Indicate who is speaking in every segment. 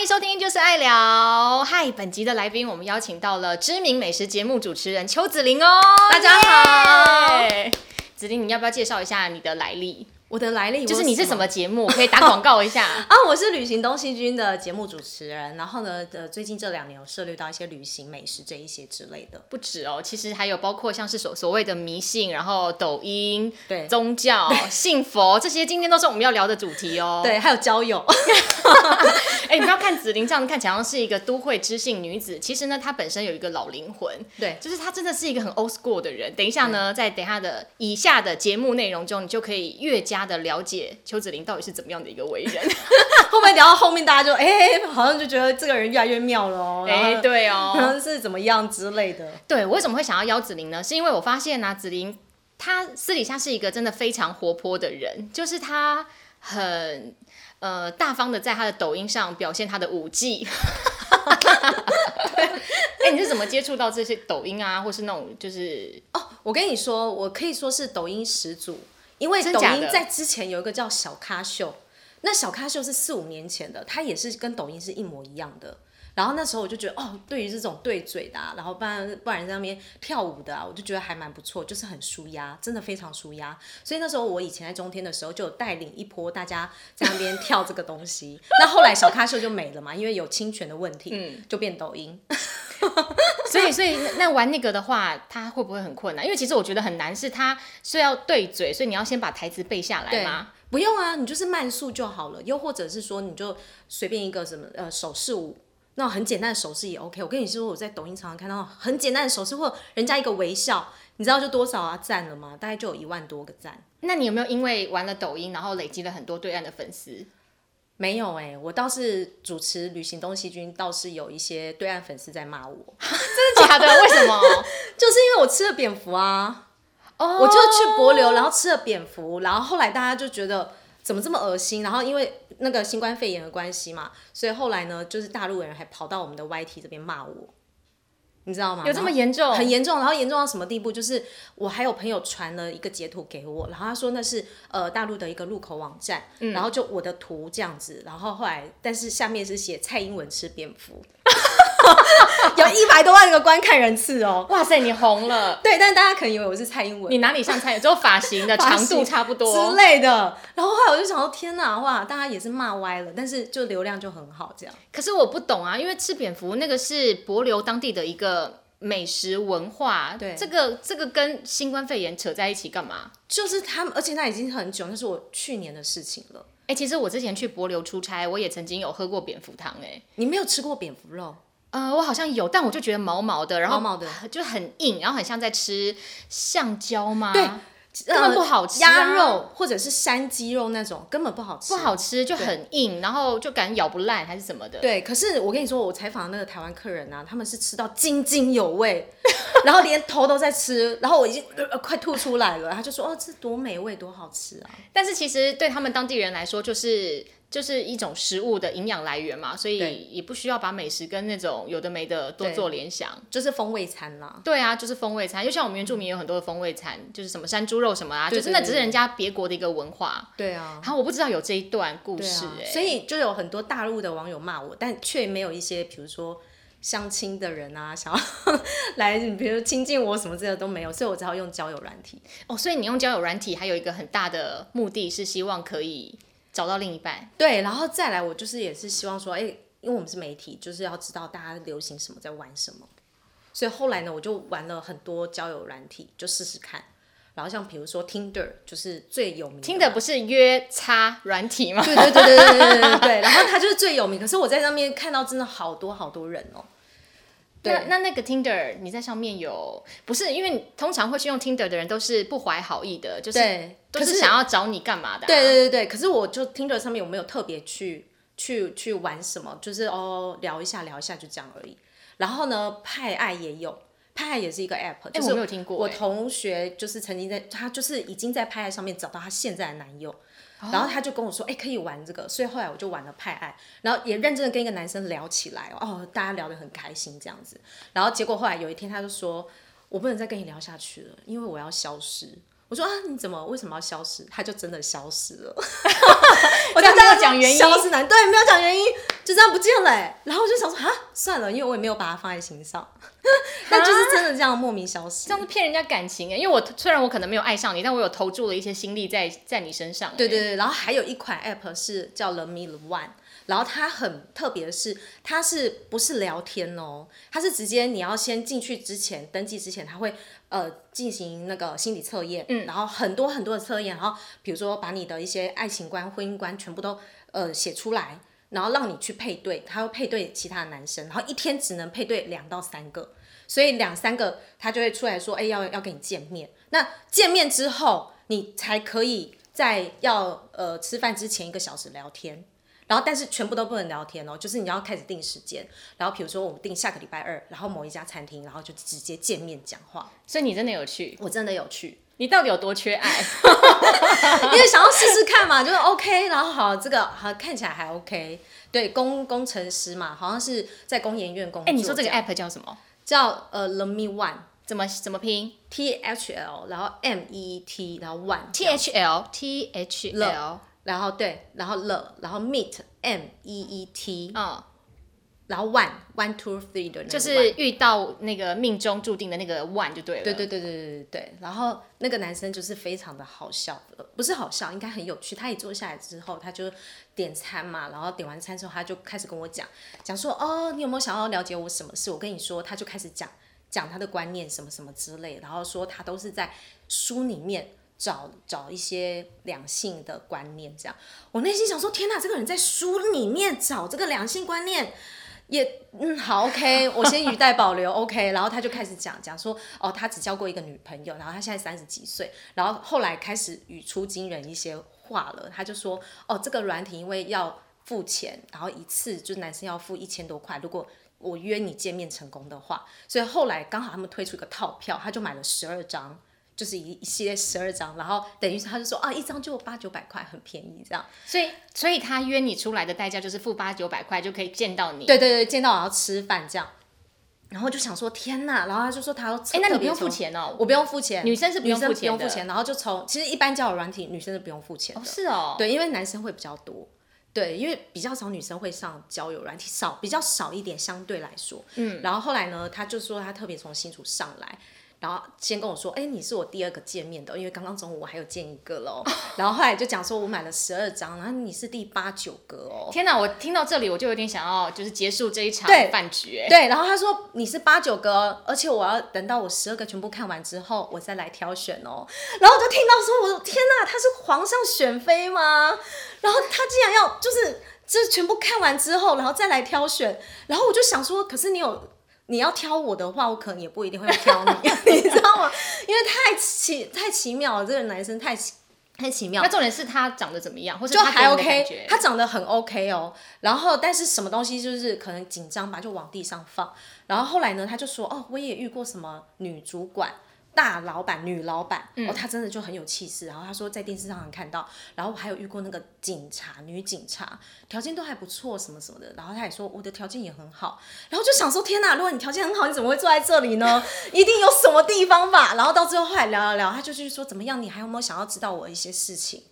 Speaker 1: 迎收听，就是爱聊。嗨，本集的来宾我们邀请到了知名美食节目主持人邱子玲哦，
Speaker 2: 大家好
Speaker 1: 耶。子玲，你要不要介绍一下你的来历？
Speaker 2: 我的来历
Speaker 1: 就是你是
Speaker 2: 我
Speaker 1: 什么节目？可以打广告一下。
Speaker 2: 啊？我是旅行东西君的节目主持人，然后呢，呃，最近这两年有涉猎到一些旅行、美食这一些之类的。
Speaker 1: 不止哦，其实还有包括像是所所谓的迷信，然后抖音、
Speaker 2: 对
Speaker 1: 宗教、信佛这些，今天都是我们要聊的主题哦。，
Speaker 2: 对，还有交 友，
Speaker 1: 哎、你不要看子玲这样看起来好像是一个都会知性女子，其实呢，她本身有一个老灵魂，
Speaker 2: 对
Speaker 1: 就是她真的是一个很 old school 的人。等一下呢，在等一下的以下的节目内容中，你就可以越加的了解邱子玲到底是怎么样的一个为人。
Speaker 2: 会不会聊到后面大家就哎、好像就觉得这个人越来越妙了哦？然后
Speaker 1: 哎、对
Speaker 2: 可
Speaker 1: 哦，
Speaker 2: 能是怎么样之类的。
Speaker 1: 对，我为什么会想要邀子玲呢？是因为我发现呢、子玲她私底下是一个真的非常活泼的人，就是她很呃大方的在她的抖音上表现她的舞技。 哎、你是怎么接触到这些抖音啊，或是那种就是
Speaker 2: 哦我跟你说，我可以说是抖音始祖，因为
Speaker 1: 真
Speaker 2: 抖
Speaker 1: 假
Speaker 2: 音
Speaker 1: 的
Speaker 2: 在之前有一个叫小咖秀，那小咖秀是四五年前的，它也是跟抖音是一模一样的。然后那时候我就觉得，哦，对于这种对嘴的、啊，然后不然不然在那边跳舞的啊，我就觉得还蛮不错，就是很舒压，真的非常舒压。所以那时候我以前在中天的时候，就有带领一波大家在那边跳这个东西。那后来小咖秀就没了嘛，因为有侵权的问题，
Speaker 1: 嗯
Speaker 2: 就变抖音。
Speaker 1: 所以，所以那那玩那个的话，他会不会很困难？因为其实我觉得很难，是他是要对嘴，所以你要先把台词背下来吗？
Speaker 2: 不用啊，你就是慢速就好了，又或者是说你就随便一个什么呃手势舞，那种很简单的手势也 OK。我跟你说，我在抖音常常看到很简单的手势，或人家一个微笑，你知道就多少啊赞了吗？大概就有一万多个赞。
Speaker 1: 那你有没有因为玩了抖音，然后累积了很多对岸的粉丝？
Speaker 2: 没有哎、我倒是主持旅行东西君，倒是有一些对岸粉丝在骂我，
Speaker 1: 真的假的？ 为什么？
Speaker 2: 就是因为我吃了蝙蝠啊，
Speaker 1: 哦
Speaker 2: 我就去博流，然后吃了蝙蝠，然后后来大家就觉得怎么这么恶心，然后因为那个新冠肺炎的关系嘛，所以后来呢，就是大陆人还跑到我们的 YT 这边骂我，你知道吗？
Speaker 1: 有这么
Speaker 2: 然后
Speaker 1: 严重？
Speaker 2: 很严重，然后严重到什么地步？就是我还有朋友传了一个截图给我，然后他说那是呃大陆的一个入口网站，
Speaker 1: 嗯
Speaker 2: 然后就我的图这样子，然后后来但是下面是写蔡英文吃 蝙蝠，有一百多万个观看人次哦。
Speaker 1: 哇塞，你红了！
Speaker 2: 对，但大家可能以为我是蔡英文，
Speaker 1: 你哪里像蔡？只有发型的
Speaker 2: 发
Speaker 1: 长
Speaker 2: 型
Speaker 1: 度差不
Speaker 2: 之
Speaker 1: 多。
Speaker 2: 类的。然后后来我就想到，天哪，哇，大家也是骂歪了，但是就流量就很好，这样
Speaker 1: 可是我不懂啊，因为吃蝙蝠那个是博流当地的一个美食文化，
Speaker 2: 对
Speaker 1: 这个这个跟新冠肺炎扯在一起干嘛？
Speaker 2: 就是他们，而且那已经很久，那是我去年的事情了。
Speaker 1: 哎、其实我之前去博流出差，我也曾经有喝过蝙蝠汤、哎，
Speaker 2: 你没有吃过蝙蝠肉？
Speaker 1: 呃，我好像有，但我就觉得毛毛的，然后
Speaker 2: 毛毛的
Speaker 1: 就很硬，然后很像在吃橡胶吗？
Speaker 2: 对，
Speaker 1: 根本不好吃啊
Speaker 2: 鸭肉或者是山鸡肉那种根本不好吃，
Speaker 1: 不好吃，就很硬，然后就感觉咬不烂还是什么的。
Speaker 2: 对，可是我跟你说，我采访那个台湾客人啊，他们是吃到津津有味， 然后连头都在吃，然后我已经、呃呃快吐出来了。他就说：“哦，这多美味，多好吃啊
Speaker 1: 但是其实对他们当地人来说，就是就是一种食物的营养来源嘛，所以
Speaker 2: 对
Speaker 1: 也不需要把美食跟那种有的没的多
Speaker 2: 对
Speaker 1: 做联想！”。
Speaker 2: 就是风味餐啦，
Speaker 1: 对啊，就是风味餐，就像我们原住民有很多的风味餐，就是什么山猪肉什么啊，
Speaker 2: 对
Speaker 1: 就是那
Speaker 2: 对
Speaker 1: 只是
Speaker 2: 对
Speaker 1: 人家别国的一个文化。
Speaker 2: 对啊。
Speaker 1: 然后我不知道有这一段故
Speaker 2: 对
Speaker 1: 事
Speaker 2: 啊
Speaker 1: 哎、
Speaker 2: 所以就有很多大陆的网友骂我，但却没有一些比如说相亲的人啊，想要来，比如亲近我什么之类的都没有，所以我只好用交友软体。
Speaker 1: 哦，所以你用交友软体还有一个很大的目的是希望可以找到另一半。
Speaker 2: 对，然后再来，我就是也是希望说，哎、因为我们是媒体，就是要知道大家流行什么，在玩什么。所以后来呢，我就玩了很多交友软体，就试试看。然后像比如说 Tinder，就是最有名的嘛，
Speaker 1: 听的不是约叉软体 吗？
Speaker 2: 对对对对对对对对对。然后它就是最有名，可是我在上面看到真的好多好多人哦、对
Speaker 1: 那那那个 Tinder 你在上面有不是？因为你通常会去用 Tinder 的人都是不怀好意的，就是
Speaker 2: 对，
Speaker 1: 都
Speaker 2: 可
Speaker 1: 是想要找你干嘛的、啊？
Speaker 2: 对对对对，可是我就听着上面有没有特别去去去玩什么，就是哦聊一下聊一下就这样而已。然后呢，派爱也有，派爱也是一个 app，
Speaker 1: 哎、
Speaker 2: 就是
Speaker 1: 我没有听过、
Speaker 2: 我
Speaker 1: 哎
Speaker 2: 同学就是曾经在，她就是已经在派爱上面找到她现在的男友，
Speaker 1: 哦
Speaker 2: 然后她就跟我说，哎、可以玩这个，所以后来我就玩了派爱，然后也认真的跟一个男生聊起来哦，哦，大家聊得很开心这样子，然后结果后来有一天她就说，我不能再跟你聊下去了， 因为我要消失。我说啊，你怎么为什么要消失？他就真的消失了，我就
Speaker 1: 这样
Speaker 2: 跟
Speaker 1: 没有
Speaker 2: 他
Speaker 1: 讲原因
Speaker 2: 消失难，对，没有讲原因，就这样不见了、欸。然后我就想说啊，算了，因为我也没有把它放在心上， 但就是真的这样莫名消失。
Speaker 1: 这样子骗人家感情哎、因为我虽然我可能没有爱上你，但我有投注了一些心力在在你身上、欸
Speaker 2: 对对，对，然后还有一款 app 是叫 Love Me Love One，然后它很特别的是，它是不是聊天哦？它是直接你要先进去之前登记之前，它会呃进行那个心理测验，嗯，然后很多很多的测验，然后比如说把你的一些爱情观、婚姻观全部都呃写出来，然后让你去配对，他会配对其他的男生，然后一天只能配对两到三个，所以两三个他就会出来说，哎、要要跟你见面。那见面之后，你才可以在要呃吃饭之前一个小时聊天。然后，但是全部都不能聊天哦，就是你要开始定时间，然后比如说我们定下个礼拜二，然后某一家餐厅，然后就直接见面讲话。
Speaker 1: 所以你真的有去，
Speaker 2: 我真的有 去，
Speaker 1: 你到底有多缺 爱？
Speaker 2: 因为想要试试看嘛，就是 OK，然后好，这个好看起来还 OK。对，工工程师嘛，好像是在工研院工作
Speaker 1: 哎、
Speaker 2: 样。
Speaker 1: 你说这个 app 叫什么？
Speaker 2: 叫呃 Love Me One
Speaker 1: 怎么怎么拼
Speaker 2: T H L，然后 M E E T，然后 One
Speaker 1: ？T H L T H L，
Speaker 2: 然后对，然后 Love，然后 Meet M E E T，
Speaker 1: 嗯，
Speaker 2: 然后 One One Two Three 的那个 one，
Speaker 1: 就是遇到那个命中注定的那个 one 就对了。
Speaker 2: 对对对对对对对。然后那个男生就是非常的好笑，呃不是好笑，应该很有趣。他一坐下来之后，他就点餐嘛，然后点完餐之后，他就开始跟我讲，讲说哦，你有没有想要了解我什么事？我跟你说，他就开始讲讲他的观念什么什么之类，然后说他都是在书里面。找找一些两性的观念，这样我内心想说：天哪，这个人在书里面找这个两性观念，也嗯好 OK，我先语带保留 OK，然后他就开始讲讲说哦，他只交过一个女朋友，然后他现在三十几岁，然后后来开始语出惊人一些话了，他就说哦，这个软体因为要付钱，然后一次就男生要付一千多块，如果我约你见面成功的话，所以后来刚好他们推出一个套票，他就买了十二张。就是一一系列十二张，然后等于是他就说啊，一张就八九百块，很便宜这样。
Speaker 1: 所以所以他约你出来的代价就是付八九百块就可以见到你。
Speaker 2: 对对对，见到我要吃饭这样，然后就想说天呐，然后他就说他要，哎
Speaker 1: 哎、那你不用付，钱哦。
Speaker 2: 我不用付钱，
Speaker 1: 女生是不用
Speaker 2: 女生
Speaker 1: 付钱的
Speaker 2: 不用付钱，然后就从其实一般交友软体女生是不用付钱的，
Speaker 1: 哦，是哦。
Speaker 2: 对，因为男生会比较多。对，因为比较少女生会上交友软体，少比较少一点，相对来说，嗯。然后后来呢，他就说他特别从新竹上来，然后先跟我说，哎、你是我第二个见面的，因为刚刚中午我还有见一 个喽。然后后来就讲说我买了十二张，然后你是第八九个哦。
Speaker 1: 天哪，我听到这里我就有点想要就是结束这一场
Speaker 2: 对
Speaker 1: 饭局哎。
Speaker 2: 对，然后他说你是八九个哦，而且我要等到我十二个全部看完之后，我再来挑选哦。然后我就听到说，我说天哪，他是皇上选妃吗？然后他竟然要就是这全部看完之后，然后再来挑选。然后我就想说，可是你有你要挑我的话，我可能也不一定会挑你， 你知道吗？因为太奇太奇妙了，这个男生太奇太奇妙了
Speaker 1: 那。重点是他长得怎么样，或者
Speaker 2: 就
Speaker 1: 他
Speaker 2: 还
Speaker 1: 给你的感
Speaker 2: OK，
Speaker 1: 觉
Speaker 2: 他长得很 OK 哦。然后但是什么东西就是可能紧张吧，就往地上放。然后后来呢，他就说哦，我也遇过什么女主管。大老板、女老板，
Speaker 1: 嗯
Speaker 2: 哦，她真的就很有气势。然后她说在电视上能看到，然后我还有遇过那个警察，女警察，条件都还不错，什么什么的。然后她也说我的条件也很好，然后就想说天哪，如果你条件很好，你怎么会坐在这里呢？ 一定有什么地方吧。然后到最后后来聊聊聊，她就去说怎么样，你还有没有想要知道我一些事情？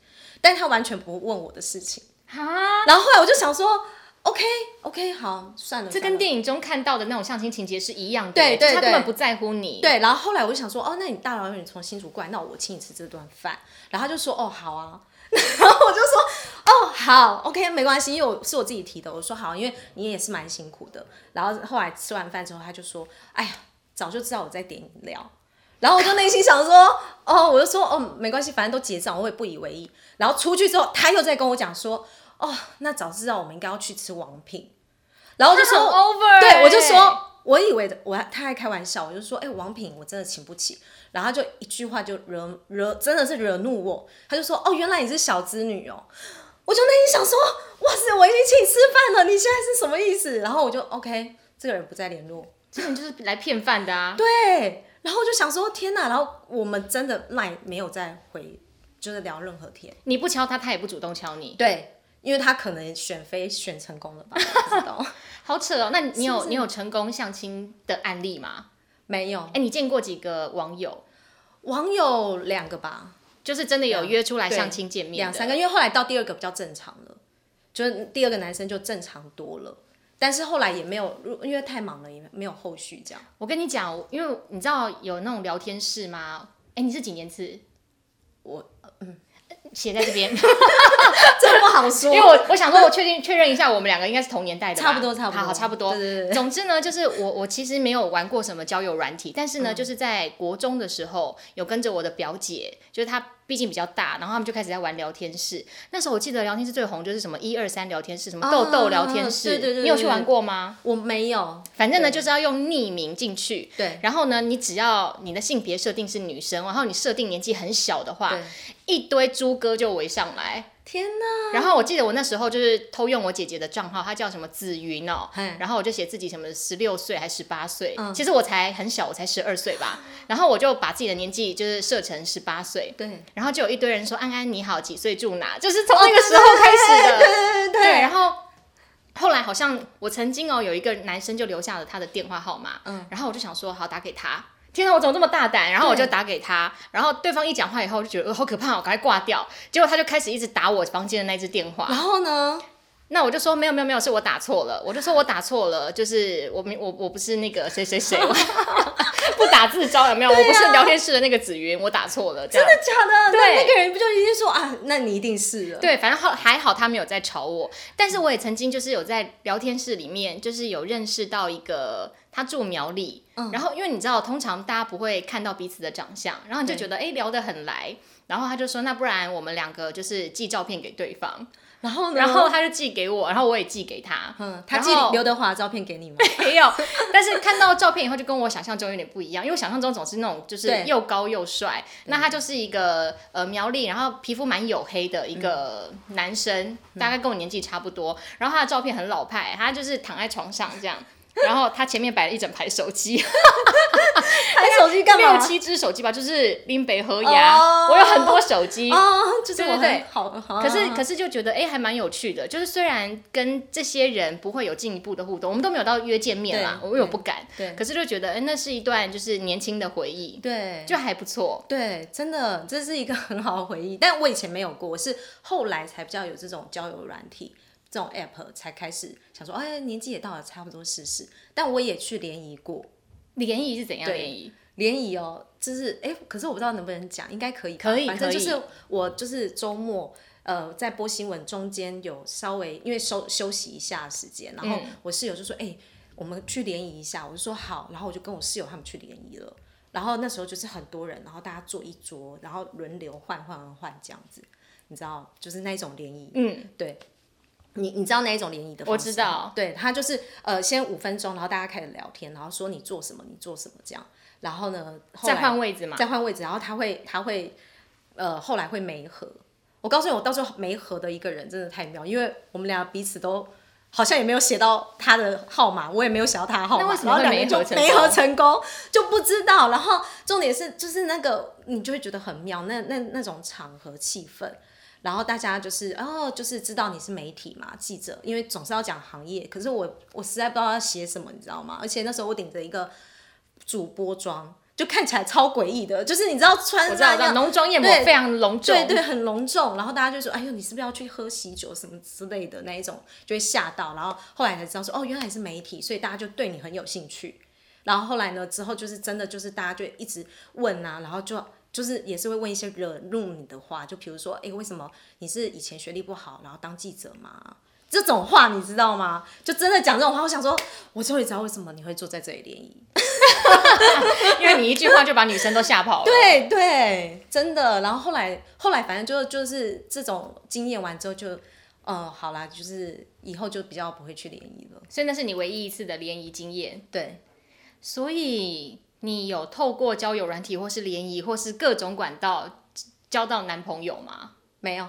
Speaker 2: 但他完全不问我的事情。
Speaker 1: 啊，
Speaker 2: 然后后来我就想说，OK OK，好，算了，
Speaker 1: 这
Speaker 2: 算
Speaker 1: 跟
Speaker 2: 了
Speaker 1: 电影中看到的那种相亲情节是一样的，欸
Speaker 2: 对
Speaker 1: 就是
Speaker 2: 对
Speaker 1: 他根
Speaker 2: 对
Speaker 1: 本不在乎你。，
Speaker 2: 对。然后后来我就想说，哦，那你大老远从新竹过来，那我请你吃这顿饭。然后他就说，哦，好啊。 然后我就说，哦，好，OK，没关系，因为我是我自己提的。我说好，因为你也是蛮辛苦的。然后后来吃完饭之后，他就说，哎呀，早就知道我在点饮料。然后我就内心想说，哦，我就说，哦，没关系，反正都结账，我也不以为意。然后出去之后，他又在跟我讲说，哦，那早知道我们应该要去吃王品。然后我就说
Speaker 1: 他很哦 over 欸
Speaker 2: 对我就说，我以为我还他还开玩笑，我就说，哎、王品我真的请不起。然后他就一句话就惹惹，真的是惹怒我。他就说，哦，原来你是小资女哦。我就内心想说，哇塞，我已经请你吃饭了，你现在是什么意思？然后我就 OK，这个人不再联络。
Speaker 1: 这种就是来骗饭的啊。
Speaker 2: 对，然后我就想说天哪，然后我们真的赖没有再回，就是聊任何天。
Speaker 1: 你不敲他，他也不主动敲你，
Speaker 2: 对，因为他可能选妃选成功了吧，不知道
Speaker 1: 好扯哦。那你你有
Speaker 2: 是不是
Speaker 1: 你有成功相亲的案例吗？
Speaker 2: 没有
Speaker 1: 哎，你见过几个网友？
Speaker 2: 网友两个吧，
Speaker 1: 就是真的有约出来
Speaker 2: 对
Speaker 1: 相亲见面
Speaker 2: 两
Speaker 1: 的
Speaker 2: 三个，因为后来到第二个比较正常了，就是第二个男生就正常多了，但是后来也没有，如因为太忙了，也没有后续这样。
Speaker 1: 我跟你讲，因为你知道有那种聊天室吗？哎，你是几年次？
Speaker 2: 我
Speaker 1: 嗯，写在这边，
Speaker 2: 这不好说
Speaker 1: 因为我我想说，我确定确认一下，我们两个应该是同年代的吧，
Speaker 2: 差不多差不多
Speaker 1: 好，差不多。
Speaker 2: 对对对
Speaker 1: 总之呢，就是我我其实没有玩过什么交友软体，但
Speaker 2: 嗯
Speaker 1: 是呢，就是在国中的时候，有跟着我的表姐，就是她毕竟比较大，然后他们就开始在玩聊天室。那时候我记得聊天室最红就是什么一二三聊天室，什么
Speaker 2: 啊
Speaker 1: 豆豆聊天室，
Speaker 2: 对对对对
Speaker 1: 你有去玩过吗？
Speaker 2: 我没有，
Speaker 1: 反正呢，就是要用匿名进去。
Speaker 2: 对
Speaker 1: 然后呢，你只要你的性别设定是女生，然后你设定年纪很小的话
Speaker 2: 对，
Speaker 1: 一堆猪哥就围上来。
Speaker 2: 天哪，
Speaker 1: 然后我记得我那时候就是偷用我姐姐的账号，她叫什么紫云哦
Speaker 2: 嘿，
Speaker 1: 然后我就写自己什么十六岁还十八岁，其实我才很小，我才十二岁吧。然后我就把自己的年纪就是设成十八岁，
Speaker 2: 对
Speaker 1: 然后就有一堆人说安安你好，几岁住哪，就是
Speaker 2: 哦
Speaker 1: 从那个时候开始的。
Speaker 2: 对
Speaker 1: 对，然后后来好像我曾经哦有一个男生就留下了他的电话号码，嗯，然后我就想说好打给他。天哪，我怎么这么大胆？然后我就打给他，然后对方一讲话以后，我就觉得、呃、好可怕哦，我赶快挂掉。结果他就开始一直打我房间的那只电话
Speaker 2: 然，后呢？
Speaker 1: 那我就说没有没有没有，是我打错了，我就说我打错了，就是我没我我不是那个谁谁谁，我 不打自招有没有？我不是聊天室的那个紫云，我打错了，这样
Speaker 2: 真的假的？
Speaker 1: 对
Speaker 2: 那那个人不就一定说啊，那你一定是了。
Speaker 1: 对，反正好还好他没有在吵我，但是我也曾经就是有在聊天室里面，就是有认识到一个他住苗栗，
Speaker 2: 嗯
Speaker 1: 然后因为你知道，通常大家不会看到彼此的长相，然后你就
Speaker 2: 对
Speaker 1: 觉得哎、诶聊得很来，然后他就说那不然我们两个就是寄照片给对
Speaker 2: 嗯
Speaker 1: 方，
Speaker 2: 然后呢？
Speaker 1: 然后他就寄给我，然后我也寄给他，
Speaker 2: 嗯，他
Speaker 1: 然
Speaker 2: 寄
Speaker 1: 后
Speaker 2: 刘德华的照片给你吗？
Speaker 1: 没有，但是看到照片以后就跟我想象中有点不一样，因为我想象中总是那种就是
Speaker 2: 对
Speaker 1: 又高又帅，那他就是一个呃苗栗，然后皮肤蛮黝黑的一个
Speaker 2: 嗯
Speaker 1: 男生，大概跟我年纪差不多，然后他的照片很老派，他就是躺在床上 这样。然后他前面摆了一整排手机，
Speaker 2: 拍手机干嘛？
Speaker 1: 六七只手机吧，就是拎北河牙
Speaker 2: 哦
Speaker 1: 我有很多手机，
Speaker 2: 哦，就是我
Speaker 1: 对对对
Speaker 2: 很好，好
Speaker 1: 可是
Speaker 2: 好
Speaker 1: 可是就觉得哎、诶还蛮有趣的，就是虽然跟这些人不会有进一步的互动，我们都没有到约见面啦，
Speaker 2: 对
Speaker 1: 我有不敢，
Speaker 2: 对
Speaker 1: 可是就觉得哎、诶那是一段就是年轻的回忆，
Speaker 2: 对，
Speaker 1: 就还不错。
Speaker 2: 对，真的，这是一个 很好的回忆。但我以前没有过，我是后来才比较有这种交友软体、这种 app 才开始想说，哎，年纪也到了，差不多试试。但我也去联谊过，
Speaker 1: 联谊是怎样
Speaker 2: 对
Speaker 1: 联谊？
Speaker 2: 联谊哦，就是哎，可是我不知道能不能讲，应该可以吧，
Speaker 1: 可以
Speaker 2: 反正
Speaker 1: 可
Speaker 2: 就
Speaker 1: 以
Speaker 2: 是我就是周末。呃，在播新闻中间有稍微因为休休息一下时间，然后
Speaker 1: 嗯
Speaker 2: 我室友就说：“哎、我们去联谊一下。”我就说好，然后我就跟我室友他们去联谊了。然后那时候就是很多人，然后大家坐一桌，然后轮流换换换换这样子，你知道，就是那一种联谊。
Speaker 1: 嗯，
Speaker 2: 对，你你知道那一种联谊的
Speaker 1: 我
Speaker 2: 方式
Speaker 1: 知
Speaker 2: 吗
Speaker 1: 道
Speaker 2: 对他就是呃，先五分钟，然后大家开始聊天，然后说你做什么，你做什么这样，然后呢，后
Speaker 1: 再
Speaker 2: 来
Speaker 1: 换位置嘛。
Speaker 2: 再换位置，然后他会他会呃后来会没合。我告诉你，我到最后没合的一个人真的太妙，因为我们俩彼此都好像也没有写到他的号码，我也没有写到他的号码，
Speaker 1: 那为什么
Speaker 2: 然后
Speaker 1: 会
Speaker 2: 两
Speaker 1: 没
Speaker 2: 个
Speaker 1: 合
Speaker 2: 人就
Speaker 1: 成
Speaker 2: 没
Speaker 1: 功
Speaker 2: 合成功，就不知道。然后重点是就是那个你就会觉得很妙，那那那种场合气氛。然后大家就是哦，就是知道你是媒体嘛，记者，因为总是要讲行业。可是我我实在不知道要写什么，你知道吗？而且那时候我顶着一个主播装，就看起来超诡异的，就是你知道穿
Speaker 1: 我知道，我知道，
Speaker 2: 那样
Speaker 1: 浓妆艳抹
Speaker 2: 对
Speaker 1: 非常隆重。
Speaker 2: 对对，很隆重。然后大家就说：“哎呦，你是不是要去喝喜酒什么之类的那一种？”就会吓到。然后后来才知道说：“哦，原来你是媒体，所以大家就对你很有兴趣。”然后后来呢，之后就是真的就是大家就一直问啊，然后就就是也是会问一些惹怒你的话，就比如说：“哎，为什么你是以前学历不好，然后当记者嘛？”这种话你知道吗？就真的讲这种话，我想说，我终于知道为什么你会坐在这里联谊。
Speaker 1: 因为你一句话就把女生都吓跑了。，
Speaker 2: 对对，真的。然后后来后来，反正就就是这种经验完之后就，呃，好啦，就是以后就比较不会去联谊了。
Speaker 1: 所以那是你唯一一次的联谊经验。
Speaker 2: 对，
Speaker 1: 所以你有透过交友软体或是联谊或是各种管道交到男朋友吗？
Speaker 2: 没有，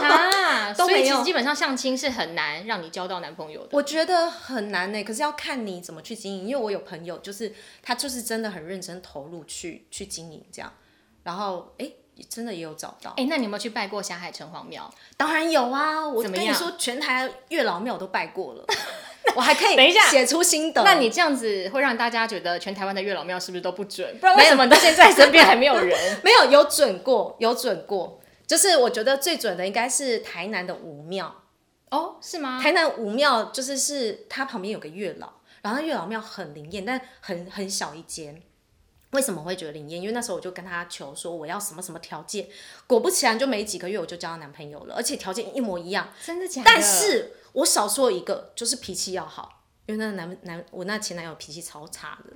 Speaker 1: 啊，
Speaker 2: 都
Speaker 1: 所以
Speaker 2: 没
Speaker 1: 其
Speaker 2: 有
Speaker 1: 实基本上相亲是很难让你交到男朋友的。
Speaker 2: 我觉得很难呢、可是要看你怎么去经营，因为我有朋友就是他就是真的很认真投入去去经营这样，然后哎，诶真的也有找到。
Speaker 1: 哎、那你有没有去拜过霞海城隍庙？
Speaker 2: 当然有啊，我
Speaker 1: 怎么
Speaker 2: 跟你
Speaker 1: 样
Speaker 2: 说，全台月老庙我都拜过了。我还可以
Speaker 1: 等一下
Speaker 2: 写出心得。
Speaker 1: 那你这样子会让大家觉得全台湾的月老庙是不是都不准？不然为什么到现在身边还没有人？
Speaker 2: 没有有准过，有准过，就是我觉得最准的应该是台南的武庙。
Speaker 1: 哦，是吗？
Speaker 2: 台南武庙就是是它旁边有个月老，然后那月老庙很灵验，但很很小一间。为什么会觉得灵验？因为那时候我就跟他求说我要什么什么条件，果不其然就没几个月我就交到男朋友了，而且条件一模一样。
Speaker 1: 真的假的？
Speaker 2: 但是我少说一个，就是脾气要好，因为那个男男我那前男友脾气超差的，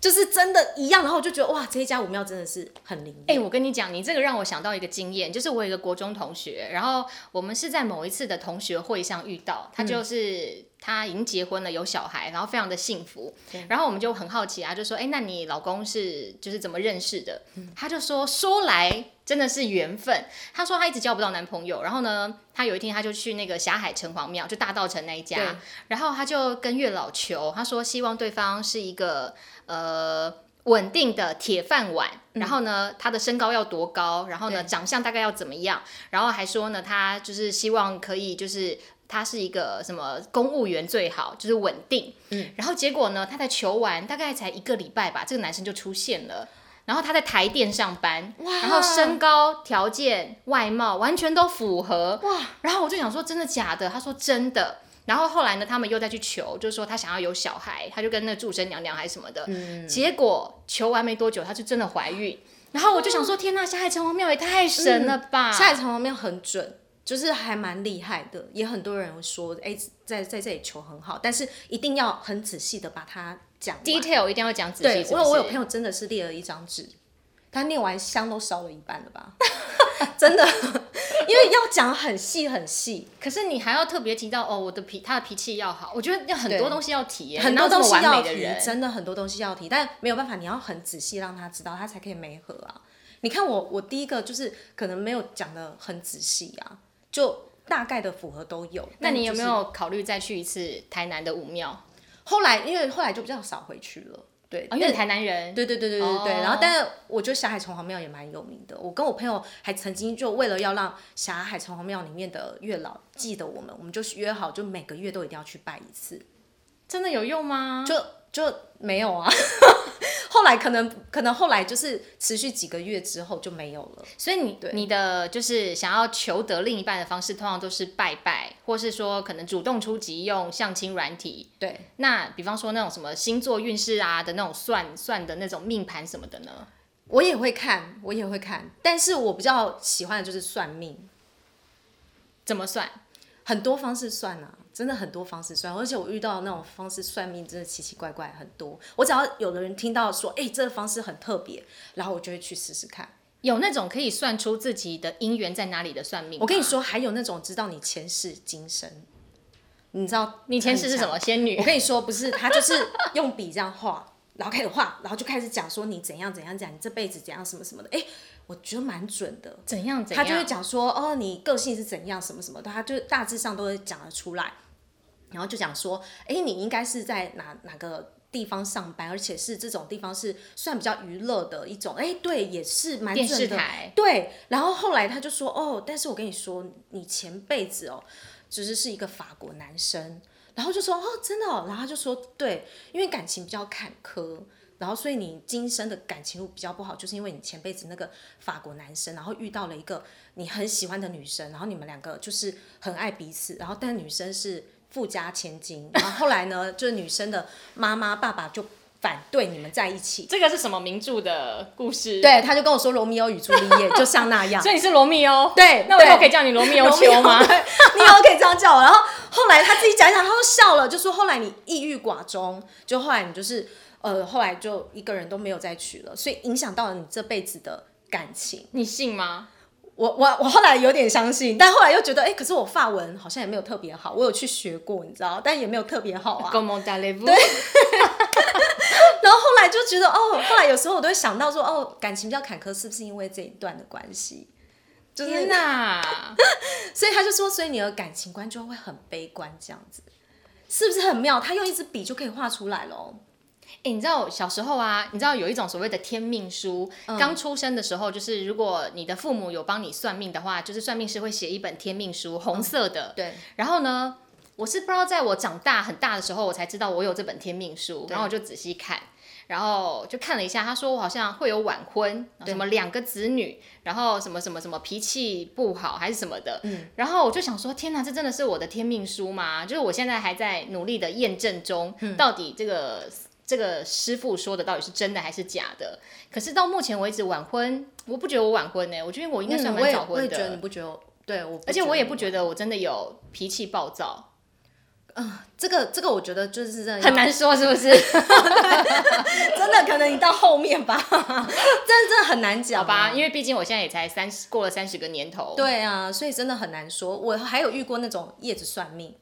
Speaker 2: 就是真的一样。然后我就觉得哇，这一家武庙真的是很灵
Speaker 1: 哎、
Speaker 2: 验。
Speaker 1: 我跟你讲，你这个让我想到一个经验，就是我有一个国中同学，然后我们是在某一次的同学会上遇到，他就是、他已经结婚了，有小孩，然后非常的幸福，然后我们就很好奇啊，就说，哎、那你老公是就是怎么认识的？他就说说来真的是缘分，他说他一直交不到男朋友，然后呢，他有一天他就去那个霞海城隍庙，就大道城那一家，
Speaker 2: 对
Speaker 1: 然后他就跟月老求，他说希望对方是一个呃稳定的铁饭碗，然后呢，他的身高要多高，然后呢，长相大概要怎么样，然后还说呢，他就是希望可以就是。他是一个什么公务员最好，就是稳定。嗯，然后结果呢，他才求完大概才一个礼拜吧，这个男生就出现了。然后他在台电上班，
Speaker 2: 哇
Speaker 1: 然后身高、条件、外貌完全都符合。哇！然后我就想说，真的假的？他说真的。然后后来呢，他们又再去求，就是说他想要有小孩，他就跟那个祝生娘娘还是什么的。结果求完没多久，她就真的怀孕。然后我就想说，天呐，霞海城隍庙也太神了吧！
Speaker 2: 嗯下一城隍庙很准，就是还蛮厉害的，也很多人会说，哎、在在这里求很好，但是一定要很仔细的把它讲完。
Speaker 1: detail 一定要讲仔细
Speaker 2: 对，
Speaker 1: 是
Speaker 2: 我
Speaker 1: 不是。
Speaker 2: 有我有朋友真的是列了一张纸，他念完香都烧了一半了吧？ 真的，因为要讲很细很细，
Speaker 1: 可是你还要特别提到哦，我的脾他的脾气要好，我觉得要很
Speaker 2: 对
Speaker 1: 多东西要提耶，
Speaker 2: 很多东西
Speaker 1: 哪有这么
Speaker 2: 要
Speaker 1: 完美的
Speaker 2: 提，
Speaker 1: 人，
Speaker 2: 真的很多东西要提，但没有办法，你要很仔细让他知道，他才可以媒合啊。你看我，我第一个就是可能没有讲的很仔细啊，就大概的符合都有。
Speaker 1: 那你有
Speaker 2: 但就
Speaker 1: 没
Speaker 2: 是
Speaker 1: 有考虑再去一次台南的武庙？
Speaker 2: 后来？因为后来就比较少回去了，对，
Speaker 1: 哦，因为你台南人，
Speaker 2: 对对对对对对。
Speaker 1: 哦
Speaker 2: 然后，但我觉得霞海城隍庙也蛮有名的。我跟我朋友还曾经就为了要让霞海城隍庙里面的月老记得我们，我们就约好，就每个月都一定要去拜一次。
Speaker 1: 真的有用吗？
Speaker 2: 就就没有啊。后来可能可能后来就是持续几个月之后就没有了。
Speaker 1: 所以你你的就是想要求得另一半的方式，通常都是拜拜，或是说可能主动出击用相亲软体。
Speaker 2: 对，
Speaker 1: 那比方说那种什么星座运势啊的那种算算的那种命盘什么的呢？
Speaker 2: 我也会看，我也会看，但是我比较喜欢的就是算命，
Speaker 1: 怎么算？
Speaker 2: 很多方式算啊，真的很多方式算，而且我遇到那种方式算命真的奇奇怪怪很多。我只要有的人听到说，哎、这个方式很特别，然后我就会去试试看。
Speaker 1: 有那种可以算出自己的姻缘在哪里的算命？
Speaker 2: 我跟你，说，还有那种知道你前世今生，你知道
Speaker 1: 你前世是
Speaker 2: 很强
Speaker 1: 什么仙
Speaker 2: 我
Speaker 1: 女？
Speaker 2: 跟你说，不是他就是用笔这样画， 然后开始画，然后就开始讲说你怎样怎样讲，你这辈子怎样什么什么的。哎，我觉得蛮准的。
Speaker 1: 怎样怎
Speaker 2: 他
Speaker 1: 样？
Speaker 2: 就会讲说，哦，你个性是怎样，什么什么的，他就大致上都会讲得出来。然后就讲说，哎，你应该是在哪哪个地方上班，而且是这种地方是算比较娱乐的一种。哎，对，也是蛮
Speaker 1: 电
Speaker 2: 准
Speaker 1: 视
Speaker 2: 的
Speaker 1: 台
Speaker 2: 对，然后后来他就说，哦，但是我跟你说，你前辈子哦，只是是一个法国男生，然后就说，哦，真的、哦，然后他就说，对，因为感情比较坎坷，然后所以你今生的感情路比较不好，就是因为你前辈子那个法国男生，然后遇到了一个你很喜欢的女生，然后你们两个就是很爱彼此，然后但女生是富家千金，然后后来呢，就是女生的妈妈爸爸就反对你们在一起。
Speaker 1: 这个是什么名著的故事？，
Speaker 2: 对，他就跟我说《罗密欧与朱丽叶》就像那样，
Speaker 1: 所以你是罗密欧。
Speaker 2: 对
Speaker 1: 那我以后
Speaker 2: 对
Speaker 1: 可以叫你罗密欧
Speaker 2: 有
Speaker 1: 丘吗？
Speaker 2: 你以后可以这样叫我。然后后来他自己讲一讲，他都笑了，就说后来你抑郁寡终，就后来你就是呃，后来就一个人都没有再娶了，所以影响到了你这辈子的感情。
Speaker 1: 你信 吗？
Speaker 2: 我我我后来有点相信，但后来又觉得，哎、可是我法文好像也没有特别好，我有去学过，你知道，但也没有特别好 啊。
Speaker 1: g o m o d a l e v
Speaker 2: 然后后来就觉得，哦，后来有时候我都会想到说，哦，感情比较坎坷，是不是因为这一段的关系？就是
Speaker 1: 天哪！
Speaker 2: 所以他就说，所以你的感情观就会很悲观，这样子，是不是很妙？他用一支笔就可以画出来喽。
Speaker 1: 哎、你知道我小时候啊，你知道有一种所谓的天命书，
Speaker 2: 嗯
Speaker 1: 刚、出生的时候，就是如果你的父母有帮你算命的话，就是算命师会写一本天命书，红色的。
Speaker 2: 对，
Speaker 1: 然后呢，我是不知道，在我长大很大的时候，我才知道我有这本天命书，然后我就仔细看，然后就看了一下，他说我好像会有晚婚，什么两个子女，然后什么什么什么脾气不好还是什么的，
Speaker 2: 嗯
Speaker 1: 然后我就想说，天哪，这真的是我的天命书吗？就是我现在还在努力的验证中，
Speaker 2: 嗯
Speaker 1: 到底这个。这个师傅说的到底是真的还是假的？可是到目前为止，晚婚我不觉得我晚婚呢、欸我觉得我应该算
Speaker 2: 嗯我
Speaker 1: 蛮
Speaker 2: 也
Speaker 1: 早
Speaker 2: 我
Speaker 1: 婚
Speaker 2: 也觉
Speaker 1: 的，
Speaker 2: 得你不觉得我？对我，
Speaker 1: 而且我也不
Speaker 2: 得
Speaker 1: 觉得我真的有脾气暴躁，
Speaker 2: 这个这个，我觉得就是真的
Speaker 1: 很
Speaker 2: 要
Speaker 1: 难说是不是？
Speaker 2: 真的可能你到后面 吧，真的真的很难讲、
Speaker 1: 好
Speaker 2: 啊，
Speaker 1: 吧，因为毕竟我现在也才三十，过了三十个年头。，
Speaker 2: 对啊，所以真的很难说。我还有遇过那种叶子算命，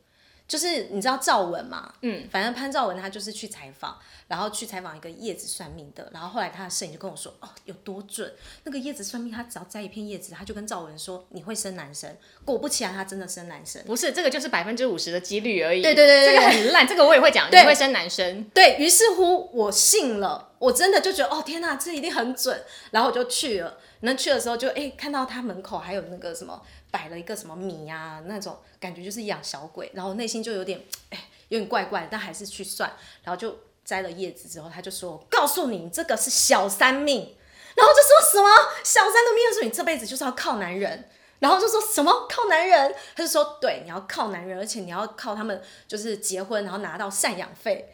Speaker 2: 就是你知道赵文嘛，嗯，反正潘兆文他就是去采访，然后去采访一个叶子算命的，然后后来他的摄影就跟我说，哦，有多准，那个叶子算命，他只要摘一片叶子，他就跟赵文说你会生男生，果不其然他真的生男生。
Speaker 1: 不是这个就是百分之五十的几率而已。
Speaker 2: 对对对对
Speaker 1: 这个很烂，这个我也会讲，你
Speaker 2: 对
Speaker 1: 会生男生。
Speaker 2: 对于是乎，我信了，我真的就觉得哦天哪，这一定很准，然后我就去了。那去的时候就哎看到他门口还有那个什么摆了一个什么米啊那种，感觉就是养小鬼，然后内心就有点哎有点怪怪，但还是去算，然后就摘了叶子之后，他就说我告诉你，你这个是小三命，然后我就说什么小三的命，他说你这辈子就是要靠男人。然后就说什么靠男人，他就说对，你要靠男人，而且你要靠他们，就是结婚，然后拿到赡养费，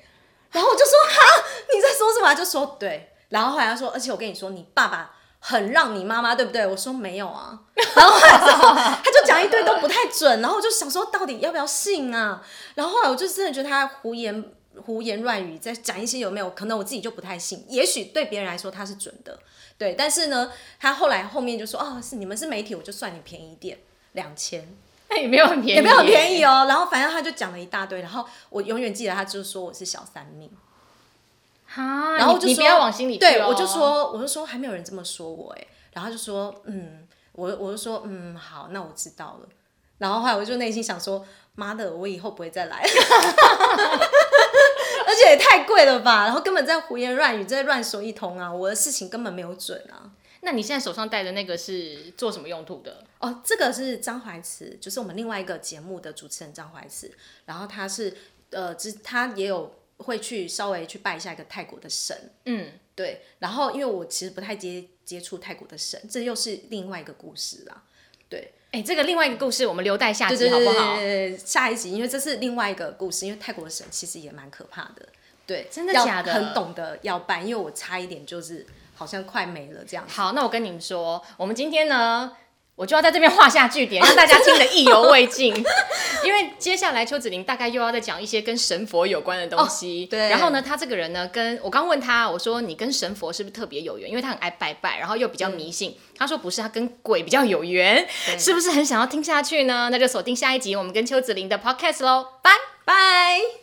Speaker 2: 然后我就说哈，你在说什么啊？就说对。然后后来他说，而且我跟你说，你爸爸很让你妈妈，对不对？我说没有啊。然后后来之后，他就讲一堆都不太准，然后我就想说，到底要不要信啊？然后后来我就真的觉得他胡言胡言乱语，在讲一些有没有可能我自己就不太信，也许对别人来说他是准的，对。但是呢，他后来后面就说，哦，是你们是媒体，我就算你便宜一点，两千。
Speaker 1: 那也没有很便宜，
Speaker 2: 也没有很
Speaker 1: 宜。
Speaker 2: 便宜哦。然后反正他就讲了一大堆，然后我永远记得他就说我是小三命，
Speaker 1: 哈，
Speaker 2: 然后我
Speaker 1: 你
Speaker 2: 就
Speaker 1: 你不
Speaker 2: 说
Speaker 1: 要往心里去、哦。
Speaker 2: 对，我就，说我就说还没有人这么说我哎，然后他就说嗯，我我就说嗯好，那我知道了。然后后来我就内心想说，妈的，我以后不会再来， 而且也太贵了吧，然后根本在胡言乱语，在乱说一通啊，我的事情根本没有准啊。
Speaker 1: 那你现在手上戴的那个是做什么用途的？
Speaker 2: 哦，这个是张怀慈，就是我们另外一个节目的主持人张怀慈，然后他是呃，之他也有会去稍微去拜一下一个泰国的神，
Speaker 1: 嗯，
Speaker 2: 对，然后因为我其实不太接接触泰国的神，这又是另外一个故事啦。
Speaker 1: 哎，这个另外一个故事我们留待下
Speaker 2: 对
Speaker 1: 集
Speaker 2: 对
Speaker 1: 好
Speaker 2: 对
Speaker 1: 不
Speaker 2: 对
Speaker 1: 好？
Speaker 2: 对，下一集，因为这是另外一个故事，因为泰国的神其实也蛮可怕的，对，
Speaker 1: 真的
Speaker 2: 要
Speaker 1: 假的
Speaker 2: 很懂得要拜，因为我差一点就是好像快没了这样子。
Speaker 1: 好，那我跟你们说，我们今天呢，我就要在这边画下句点，让大家听得意犹未尽。 因为接下来邱子玲大概又要再讲一些跟神佛有关的东西。
Speaker 2: 对
Speaker 1: 然后呢，他这个人呢，跟我刚问他，我说你跟神佛是不是特别有缘？因为他很爱拜拜，然后又比较迷信。他说不是，他跟鬼比较有缘。是不是很想要听下去呢？那就锁定下一集我们跟邱子玲的 podcast 喽，拜。
Speaker 2: 拜。